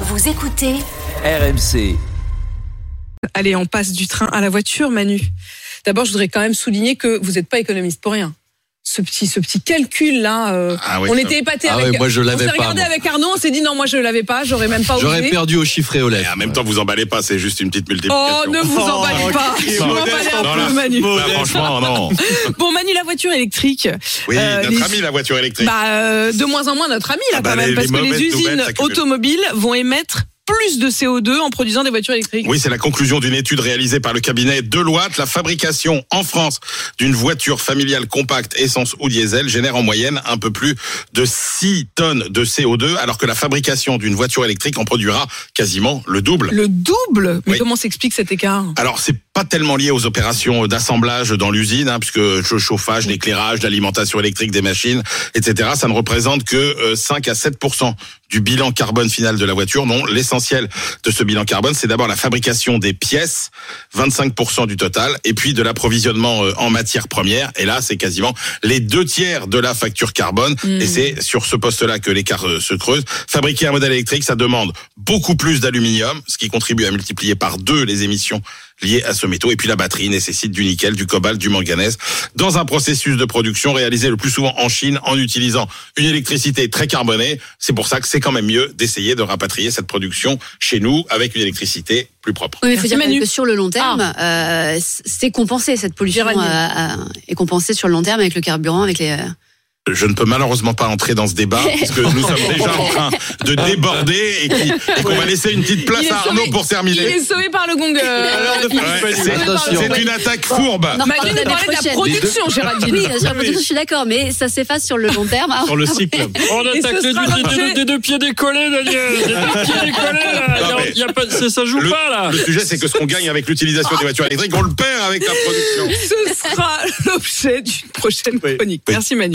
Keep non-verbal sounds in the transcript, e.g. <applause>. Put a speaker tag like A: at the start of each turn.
A: Vous écoutez
B: RMC.
C: Allez, on passe du train à la voiture, Manu. D'abord, je voudrais quand même souligner que vous n'êtes pas économiste pour rien. Ce petit, ce petit calcul là, euh,
D: Ah oui,
C: on
D: ça-
C: était épaté
E: Ah
C: avec.
E: oui, moi, je l'avais
C: on s'est
E: pas,
C: regardé
E: moi.
C: avec Arnaud, on s'est dit non, moi je l'avais pas, j'aurais même pas
E: J'aurais
C: osé.
E: perdu au chiffre et au
D: Et
E: lèvres.
D: en même temps, vous emballez pas, c'est juste une petite multiplication.
C: Oh, ne vous emballez pas. Je
D: Non,
C: m'emballais un
D: non,
C: peu,
D: là,
C: Manu.
D: là, Bah, franchement, non.
C: Bon, Manu, la voiture électrique.
D: Oui,
C: Euh,
D: notre
C: les-
D: ami, la voiture électrique.
C: Bah, euh, de moins en moins notre ami là
D: Ah bah,
C: quand même,
D: les-
C: parce
D: les
C: que les
D: mauvaises
C: usines
D: nouvelles s'accumulent.
C: automobiles vont émettre plus de CO2 en produisant des voitures électriques.
D: Oui, c'est la conclusion d'une étude réalisée par le cabinet Deloitte. La fabrication en France d'une voiture familiale compacte essence ou diesel génère en moyenne un peu plus de 6 tonnes de CO2, alors que la fabrication d'une voiture électrique en produira quasiment le double.
C: Le double. Mais
D: Oui.
C: comment s'explique cet écart
D: Alors c'est pas tellement lié aux opérations d'assemblage dans l'usine, hein, puisque le chauffage, l'éclairage, l'alimentation électrique des machines, etc. Ça ne représente que euh, 5 à 7 du bilan carbone final de la voiture. Non, l'essentiel de ce bilan carbone, c'est d'abord la fabrication des pièces, 25 du total, et puis de l'approvisionnement euh, en matières premières. Et là, c'est quasiment les deux tiers de la facture carbone. Et c'est sur ce poste-là que l'écart euh, se creuse. Fabriquer un modèle électrique, ça demande beaucoup plus d'aluminium, ce qui contribue à multiplier par deux les émissions liées à ce métaux. Et puis la batterie nécessite du nickel, du cobalt, du manganèse. Dans un processus de production réalisé le plus souvent en Chine en utilisant une électricité très carbonée, c'est pour ça que c'est quand même mieux d'essayer de rapatrier cette production chez nous avec une électricité plus propre.
F: Oui, mais il faut
C: Merci,
F: dire quand
C: Manu. Ah.
F: même que sur le long terme, euh, c- c'est compensé. Cette pollution
C: Géraldine.
F: euh, euh, est compensée sur le long terme avec le carburant, avec les. euh,
D: Je ne peux malheureusement pas entrer dans
C: <laughs>
D: ce débat parce que nous sommes déjà en train de déborder et qui- et qu'on va laisser une petite place
C: Il est
D: à
C: sauvé.
D: Arnaud pour
C: Il
D: terminer.
C: est sauvé par le gong. euh,
D: Ouais, c'est-
E: Attention.
D: C'est une attaque fourbe.
F: on en
C: Manu
F: reparlera
C: nous
F: l'année
C: parlait de la
F: prochaine.
C: production, Géraldine.
F: Oui, sur la production, je suis d'accord, mais ça s'efface sur le long terme. Ah,
G: sur le cycle. On
C: Et ce
G: attaque les
C: sera
G: deux, des,
C: l'objet-
G: deux, des deux pieds décollés,
D: <laughs>
G: Daniel. Des deux pieds décollés, là.
D: Non,
G: Y a-
D: mais-
G: y a pas- ça, ça joue
D: Le-
G: pas, là.
D: Le sujet, c'est que ce qu'on gagne avec l'utilisation des voitures électriques, on le perd avec la production.
C: <laughs> Ce sera l'objet d'une prochaine chronique. Merci Manu.